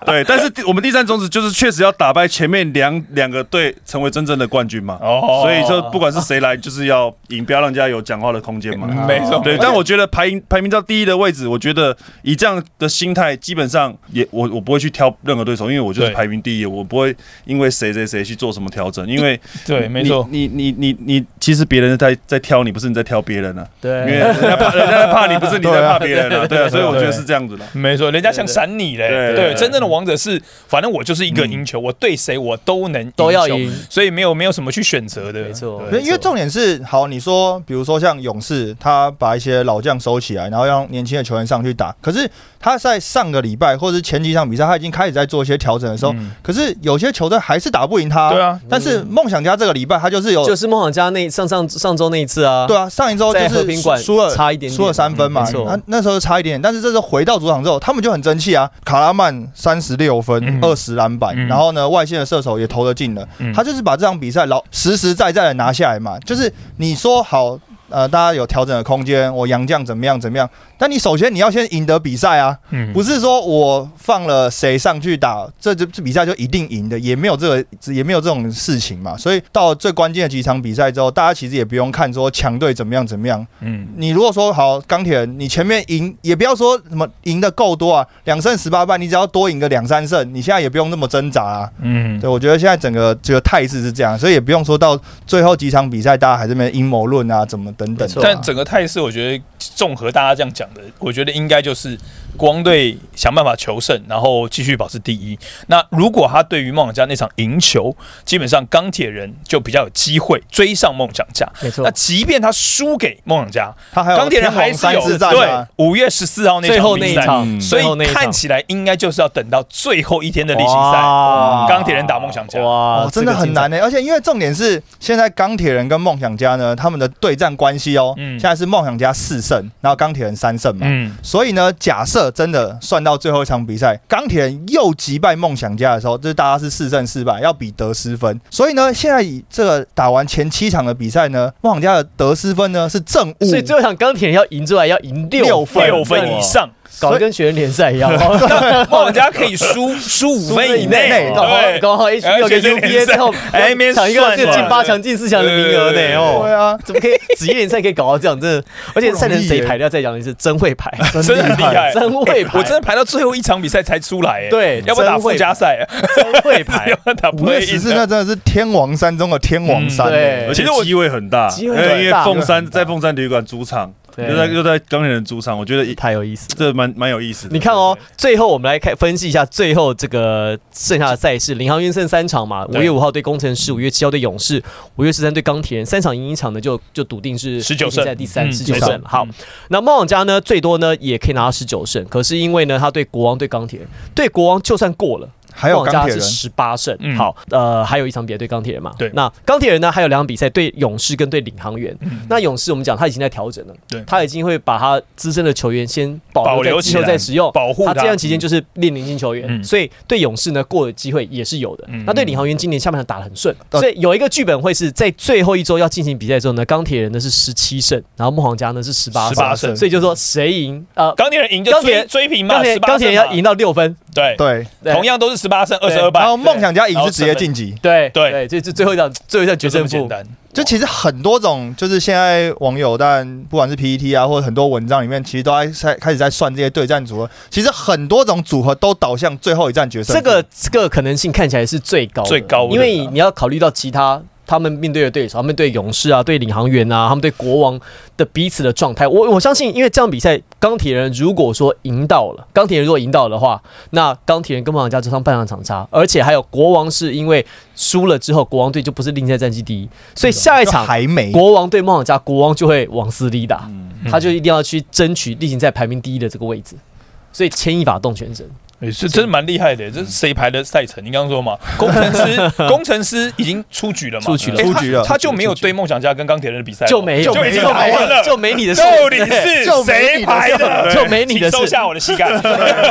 对，但是第我们第三种子就是确实要打败前面两两个队，成为真正的冠军嘛。哦所以就不管是谁来，就是要赢，不要让人家有讲话的空间嘛。没错，对，但我觉得排名排名到第一的位置，我觉得以这样的心态，基本上也我我不会去挑任何对手，因为我就是对排名第一，我不会因为谁谁谁去做什么调整，因为对，没错，你你你你你，其实别人在在挑你，不是你在挑别人啊，因对，为人家怕人家在怕你，不是你在怕别人啊，对啊，所以我觉得是这样子的。没错，人家想闪你嘞。对对对，对真正的王者是，反正我就是一个嗯赢球，我对谁我都能球都要赢，所以没有没有什么去选择的。没错对对因为重点是，好，你说，比如说像勇士，他把一些老将收起来，然后让年轻的球员上去打。可是他在上个礼拜或者是前几场比赛，他已经开始在做一些调整的时候，嗯可是有些球队还是打不赢他。对啊，但是梦想家这个礼拜他就是 [laughs] 有，就是梦想家那上上上周那一次啊，对啊，上一周就在和是平输馆输了差一点点输了三分嘛嗯没，错那、那时候差一点点，但是这次回到主场之后，他们就很争气啊。卡拉曼三十六分嗯，二十篮板，嗯然后呢，外线的射手也投得进了，嗯他就是把这场比赛老实实在在的拿下来嘛。就是你说好，呃，大家有调整的空间，我杨将怎么样怎么样，但你首先你要先赢得比赛啊，嗯不是说我放了谁上去打，这这这比赛就一定赢的，也没有这个也没有这种事情嘛。所以到最关键的几场比赛之后，大家其实也不用看说强队怎么样怎么样。嗯，你如果说好钢铁人，你前面赢也不要说什么赢的够多啊，两胜十八败，你只要多赢个两三胜，你现在也不用那么挣扎啊。嗯，对，我觉得现在整个这个态势是这样，所以也不用说到最后几场比赛大家还在那边阴谋论啊，怎么等等没的错啊。但整个态势，我觉得综合大家这样讲的，我觉得应该就是国王队想办法求胜，然后继续保持第一。那如果他对于梦想家那场赢球，基本上钢铁人就比较有机会追上梦想家。没错那即便他输给梦想家，他还有钢铁人还天是王有三次战啊对五月十四号那最后那比一赛场，所嗯最后那以一场看起来应该就是要等到最后一天的例行赛，哇钢铁人打梦想家。哇哦，真的很难呢、而且因为重点是，现在钢铁人跟梦想家呢，他们的对战关系哦，嗯现在是梦想家四胜，然后钢铁人三胜嘛。嗯，所以呢，假设真的算到最后一场比赛，钢铁人又击败梦想家的时候，就是大家是四胜四败，要比得失分。所以呢，现在以这个打完前七场的比赛呢，梦想家的得失分呢是正五，所以最后一场钢铁人要赢出来要赢六六分，六分以上，搞得跟学员联赛一 [laughs] 样，哦梦想家可以输输五分以内，搞不好对，搞不好 H 六跟学生 UBA 联赛最后哎那边抢一个算进出来八强、进四强的名额对呢对哦。啊，怎么可以职业联赛可以搞到这样？真的，而且赛程谁排的？再讲一次，真会排，真的很厉害， [laughs] 真会排，哎我真的排到最后一场比赛才出来，哎对要不打真附会加赛，真会排 [laughs] 要，不打五 play 月 in 十四那真的是天王山中的天王山、嗯对而且机会很大，机因会为很大因为凤山在凤山体育馆主场，对又在又在钢铁人主场，我觉得太有意思了。这蛮蛮有意思的。你看哦，最后我们来看分析一下最后这个剩下的赛事，领航员剩三场嘛，五对月五号对工程师，五月七号对勇士，五月十三对钢铁人，三场赢一场呢就就笃定是季19赛胜第三嗯十九没错胜了。好嗯，那梦想家呢最多呢也可以拿到十九胜，可是因为呢他对国王对钢铁人，对国王就算过了。还有梦想钢家铁是人。十八胜，嗯好，呃，还有一场比赛对钢铁人嘛，对那钢铁人呢还有两场比赛对勇士跟对领航员。那勇士我们讲他已经在调整了，对他已经会把他资深的球员先保保留留在季后起来再使用，保护他这他段期间就是练年轻球员，嗯所以对勇士呢过的机会也是有的。嗯那对领航员今年下半场打得很顺，呃所以有一个剧本会是在最后一周要进行比赛之后呢，钢铁人呢是十七胜，然后梦皇家呢是十八18胜所以就说谁赢呃。钢铁人赢就钢铁追人追平嘛，钢铁18钢铁人胜嘛要赢，到六分，对，对，对同样都是十八胜二十二败，然后梦想家赢然后是直接胜晋级，对对对，这这最后一场最后一场决就这胜么简负，单，就其实很多种，就是现在网友，但不管是 PPT 啊，或者很多文章里面，其实都在在开始在算这些对战组合。其实很多种组合都导向最后一战决胜。这个这个可能性看起来是最高的最高的啊因为你要考虑到其他他们面对的对手，他们对勇士啊、对领航员啊、他们对国王的彼此的状态。我我相信，因为这场比赛，钢铁人如果说赢到了，钢铁人如果赢到的话，那钢铁人跟梦想家就上半场场差，而且还有国王是因为输了之后，国王队就不是另赛战绩第一，所嗯以下一就场还没国王对梦想家，国王就会往死里打，嗯他就一定要去争取例行赛排名第一的这个位置，所以牵一发动全身。哎是真的蛮厉害的，嗯这是谁排的赛程？你刚 [laughs] 刚说嘛，工程师工程师已经出局了嘛，出局了哎出他局了他就没有对梦想家跟钢铁人的比赛了，就没有，就已经就打没完有 [laughs] 了，就没你的事， [laughs] 到底 [laughs] 是就没谁你的事排的？就没你的事请收下我的膝盖，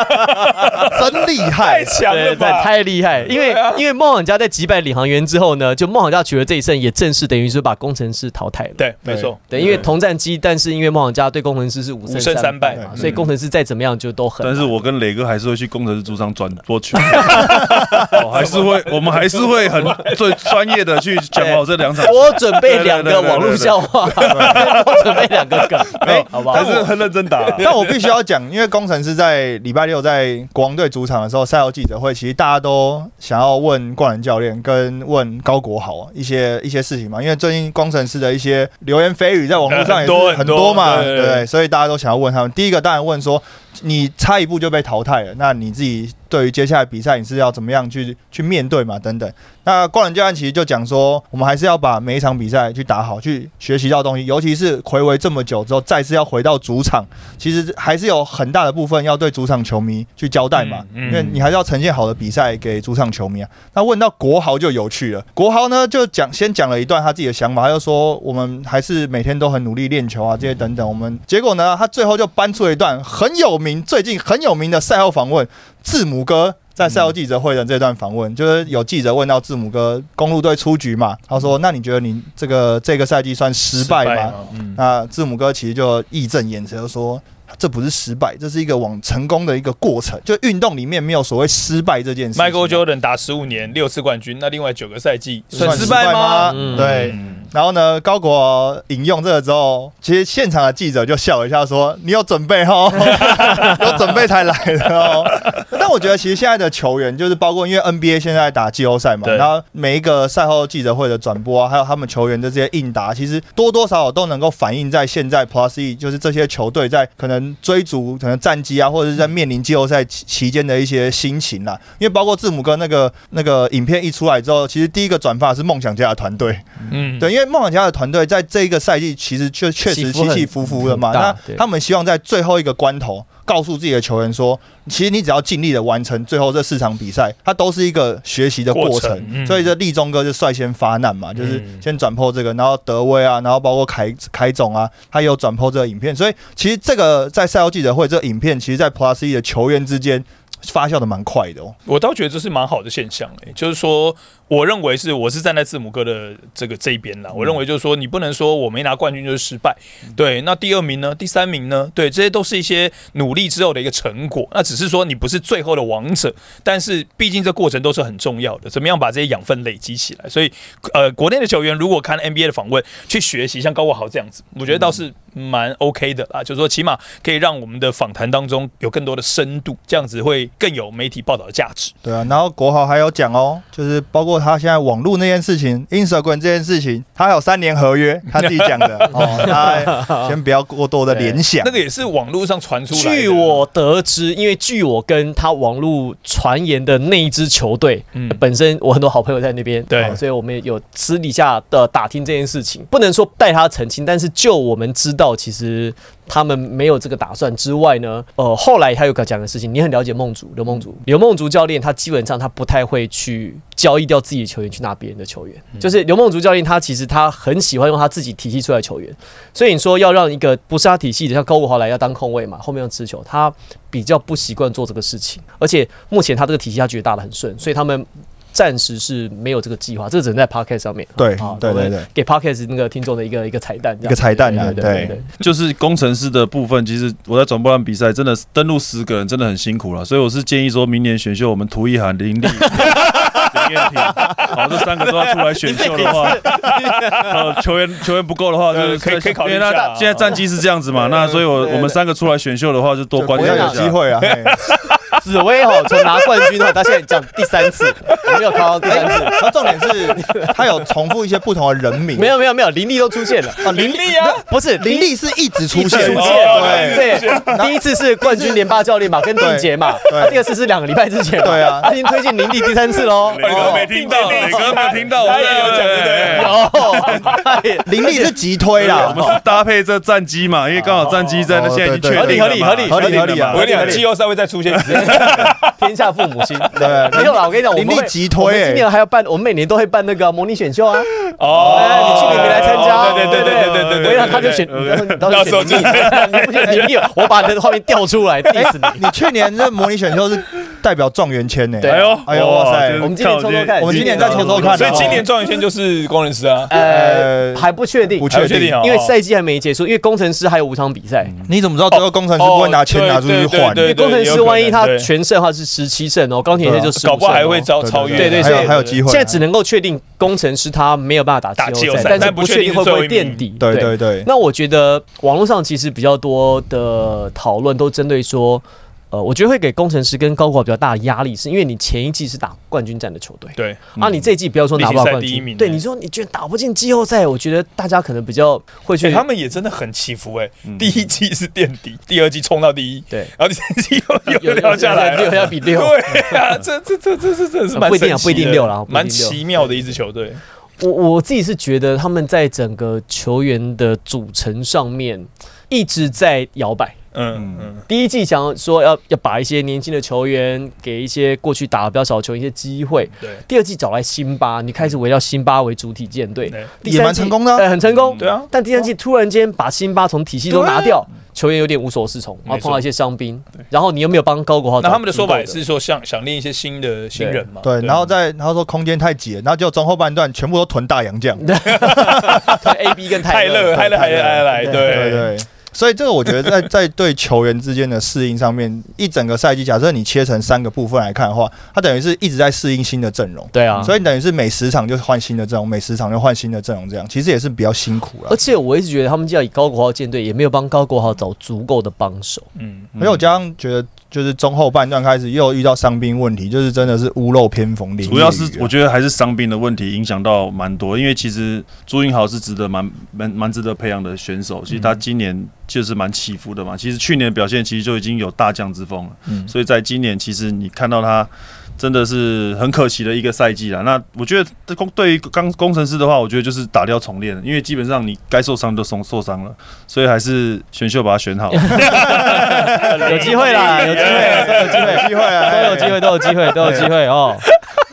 [laughs] 真厉害 [laughs] 太！强了对对，吧！太厉害！因为、对啊因为梦想家在击败领航员之后呢，就梦想家取得这一胜，也正式等于是把工程师淘汰了。对，没错，对，因为同战绩，但是因为梦想家对工程师是五五胜三三败嘛，嗯所以工程师再怎么样就都很但难。是我跟磊哥还是会去工程师主场转播 [laughs] 去，我还是会， [laughs] 我们还是会很最专业的去讲好这两场。 [laughs] 我准备两个网络笑话， [laughs] 我准备两个梗，没好不好还？是很认真打啊 [laughs] 啦。但我必须要讲，因为工程师在礼拜六在国王队主场的时候，赛后记者会，其实大家都想要问冠伦教练跟问高国豪啊一些一些事情嘛，因为最近工程师的一些流言蜚语在网络上也呃很多是很多嘛，很多对 [laughs] 对对不对对？所以大家都想要问他们。第一个当然问说，你差一步就被淘汰了，那你自己对于接下来比赛你是要怎么样去去面对嘛？等等。那冠伦教练其实就讲说，我们还是要把每一场比赛去打好，去学习到东西，尤其是回违这么久之后，再次要回到主场。其实还是有很大的部分要对主场球迷去交代嘛，嗯嗯因为你还是要呈现好的比赛给主场球迷啊。那问到国豪就有趣了，国豪呢就讲先讲了一段他自己的想法，他就说我们还是每天都很努力练球啊，这些等等。我们结果呢，他最后就搬出了一段很有名、最近很有名的赛后访问，字母哥。在赛后记者会的这段访问，就是有记者问到字母哥公路队出局嘛，他说：“那你觉得你这个这个赛季算失败吗？”吗？嗯，那字母哥其实就义正言辞地说，这不是失败，这是一个往成功的一个过程。就运动里面没有所谓失败这件事情。 Michael Jordan 打十五年六次冠军，那另外九个赛季算算失失败败吗吗？嗯对。然后呢，高国引用这个之后，其实现场的记者就笑了一下，说：“你有准备哦， [laughs] 有准备才来的哦。”但我觉得其实现在的球员，就是包括因为 NBA 现在打季后赛嘛，对然后每一个赛后记者会的转播啊，还有他们球员的这些应答，其实多多少少都能够反映在现在 Plus E，就是这些球队在可能追逐可能战绩啊，或者是在面临季后赛期期间的一些心情啦。因为包括字母哥那个那个影片一出来之后，其实第一个转发是梦想家的团队。嗯，对，因为梦想家的团队在这一个赛季其实确确实起伏起很起伏伏的嘛，很大那对他们希望在最后一个关头告诉自己的球员说，其实你只要尽力的完成最后这四场比赛，它都是一个学习的过过程。程嗯所以这立中哥就率先发难嘛，就是嗯先转破这个，然后德威啊，然后包括凯凯总啊，他也有转破这个影片，所以其实这个在赛后记者会这个影片，其实在 Plus E 的球员之间发酵的蛮快的哦。我倒觉得这是蛮好的现象、欸，就是说，我认为是我是站在字母哥的这个这一边啦。我认为就是说，你不能说我没拿冠军就是失败，对。那第二名呢？第三名呢？对，这些都是一些努力之后的一个成果。那只是说你不是最后的王者，但是毕竟这过程都是很重要的。怎么样把这些养分累积起来？所以，呃，国内的球员如果看 NBA 的访问去学习，像高国豪这样子，我觉得倒是蛮 OK 的啦。就是说，起码可以让我们的访谈当中有更多的深度，这样子会更有媒体报道的价值。对啊，然后国豪还有讲哦，就是包括他现在网络那件事情，Instagram 这件事情，他还有三年合约，他自己讲的哦，他先不要过多的联想。那个也是网络上传出来的。据我得知，因为据我跟他网络传言的那一支球队，嗯本身我很多好朋友在那边，对哦所以我们也有私底下的打听这件事情，不能说带他澄清，但是就我们知道，其实他们没有这个打算之外呢，呃，后来他有讲的事情，你很了解梦竹刘嗯梦竹，刘梦竹教练他基本上他不太会去交易掉自己的球员去拿别人的球员，嗯就是刘梦竹教练他其实他很喜欢用他自己体系出来的球员，所以你说要让一个不是他体系的，像高国豪来要当控卫嘛，后面要持球，他比较不习惯做这个事情，而且目前他这个体系他觉得打得很顺，所以他们暂时是没有这个计划，这个只能在 p o c k e t 上面。对好对对我们对给 p o c k e t 那个听众的一个一个彩蛋这样，一个彩蛋啊对对 [laughs] 对对对。 [laughs] 就是工程师的部分，其实我在转播完比赛，真的是登录十个人真的很辛苦了，所以我是建议说明年选秀我们涂一涵、 [laughs] 林立、林彦廷，好，这三个都要出来选秀的话， [laughs] 呃，球员球员不够的话，就是呃可以可以考虑一因下为那现在战绩是这样子嘛，那所以我我们三个出来选秀的话，就多关我注要一有下机。会啊，嘿紫薇哦，从拿冠军哦到现在讲第三次， [laughs] 我没有看到第三次，然后重点是他有重复一些不同的人名， [laughs] 没有没有没有，林立都出现了，啊，林力啊，不是林立是一直出一次现，出现，对对对，第一次是冠军连霸教练嘛，跟定杰嘛，对啊第二次是两个礼拜之前嘛，对啊他已经推荐林立第三次喽，磊哥没听到，磊哥没有听到，他也有讲对不对哎哦，对林立是急推我啦，哦们是搭配这战机嘛，因为刚好战机在那现在已经确定了嘛合理合理合理合理合理啊合我跟理你了讲，嘛季后赛会再出现一次。天下父母心。对没有啦，我跟你讲，我林们立会急我们推今欸，年还要办，我们每年都会办那个模拟选秀啊。哎，哦你去年没来参加，对对对对对对对，我想他就选，你到时候选你，你不选你，我把你的画面调出来 diss 你。哎你去年这模拟选秀是代表状元签呢，对哎呦哦哎呦哇塞我们今年抽抽看我们今年再抽抽看所以今年状元签就是工人师啊，呃，还不确定不，还确不确定定。哦，因为赛季还没结束，因为工程师还有五场比赛。你怎么知道最后工程师不会拿钱拿出去换？对对对对工程师万一他有可能对全胜的话是十七胜哦，钢铁人就十五胜哦搞不好还会超超越，对对还所以有还有机会。现在只能够确定工程师他没有办法啊打打季季后后赛赛，但是但不不确定会不会确定最后一垫名底。对对对，那我觉得网络上其实比较多的讨论都针对说，呃，我觉得会给工程师跟高国豪比较大的压力，是因为你前一季是打冠军战的球队，对，啊，你这一季不要说拿不到冠例行赛第一军，名对，欸你说你居然打不进季后赛，我觉得大家可能比较会去对他们也真的很起伏哎，第一季是垫底，第二季冲到第一，对然后第三季又又掉下来了，六要比六。对啊，这这这这这这是蛮不一定啊神奇的不一定六啦不一定六蛮奇妙的一支球队。我我自己是觉得他们在整个球员的组成上面一直在摇摆。嗯嗯，第一季想要说要要把一些年轻的球员给一些过去打的比较少的球员一些机会，对第二季找来辛巴，你开始围绕辛巴为主体舰队，对第三季也蛮成功的啊呃很成功。对啊但第三季突然间把辛巴从体系中拿掉，球员有点无所适从，然后没错碰到一些伤兵，然后你又没有帮高国豪找足够。那他们的说法也是说想想练一些新的新人嘛，对，然后再然后说空间太挤了，然后就中后半段全部都囤大洋将。嗯对 A B [laughs] 跟泰泰勒泰勒还来来对对对。对。所以这个我觉得在 [laughs] 在对球员之间的适应上面，一整个赛季，假设你切成三个部分来看的话，他等于是一直在适应新的阵容，对啊，所以等于是每十场就换新的阵容，每十场就换新的阵容，这样其实也是比较辛苦了而。且我一直觉得他们要以高国豪舰队，也没有帮高国豪找足够的帮手。嗯，而且我加上觉得，就是中后半段开始又遇到伤兵问题，就是真的是屋漏偏逢连夜雨啊。主要是我觉得还是伤病的问题影响到蛮多，因为其实朱云豪是值得蛮蛮蛮值得培养的选手，其实嗯他今年就是蛮起伏的嘛。其实去年表现其实就已经有大将之风了，嗯所以在今年其实你看到他真的是很可惜的一个赛季了。那我觉得工对于刚工程师的话，我觉得就是打掉重练了，因为基本上你该受伤都受受伤了，所以还是选秀把它 [laughs] 选好。哎有机会啊哎啦，有机会，都有机会，有机会啊，都有机会，都有机会，都有机会哦。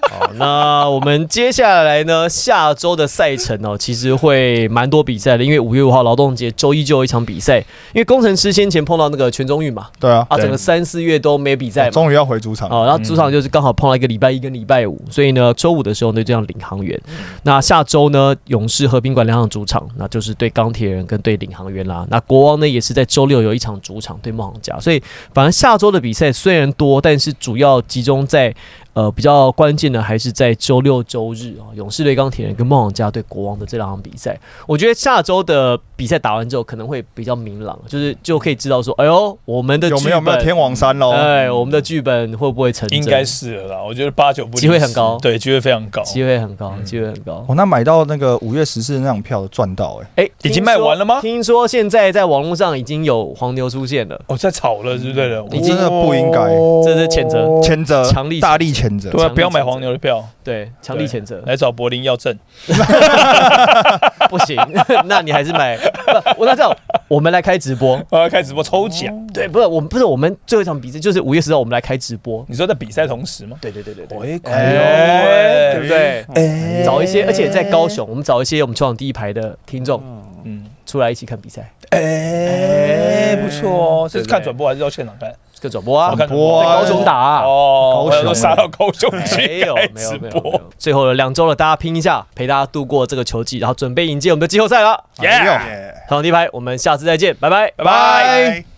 好，那我们接下来呢，下周的赛程哦，其实会蛮多比赛的，因为五月五号劳动节周一就有一场比赛，因为工程师先前碰到那个全中运嘛，对啊，啊，对整个三四月都没比赛我嘛。终于要回主场了。哦，然后主场就是刚好碰到一个礼拜一跟礼拜五，所以呢，周五的时候呢就样领航员。那下周呢，勇士和宾馆两场主场，那就是对钢铁人跟对领航员啦。那国王呢也是在周六有一场主场对梦想家，所以反正下周的比赛虽然多，但是主要集中在呃比较关键的还是在周六周日啊、勇士对钢铁人跟梦想家对国王的这两场比赛。我觉得下周的比赛打完之后可能会比较明朗，就是就可以知道说，哎呦，我们的有剧没有有没有本天王山喽？哎，我们的剧本会不会成真？应该是了啦，我觉得八九不离十机会很高对，机会非常高，机会很高，嗯机会很高我。哦那买到那个五月十四那张票赚到哎，哎、已经听说卖完了吗听说现在在网络上已经有黄牛出现了，哦，在炒了，对不对了？已经真的不应该这是谴责谴责，哦强力大力谴责。对啊，强力不要买谴责黄牛的票，对，强力谴责，来找柏林要证。不行， [laughs] 那你还是买。不，我那这样，我们来开直播。呃，开直播抽奖，对，不是我们，不是我们最后一场比赛就是五月十号，我们来开直播。你说在比赛同时吗？对对对对对，喂，哎对不对？哎找一些，而且在高雄，我们找一些我们球场第一排的听众嗯，出来一起看比赛，哎，不错哦，对不是对看转播还是要现场看？这个转播啊我，看播啊在高雄打啊哦，高雄我想说杀到高雄 [laughs] 没去有开没有直没有没播，有。最后的两周了，大家拼一下，陪大家度过这个球季，然后准备迎接我们的季后赛了。耶！哎呦好，第一排，我们下次再见，拜拜，拜拜拜。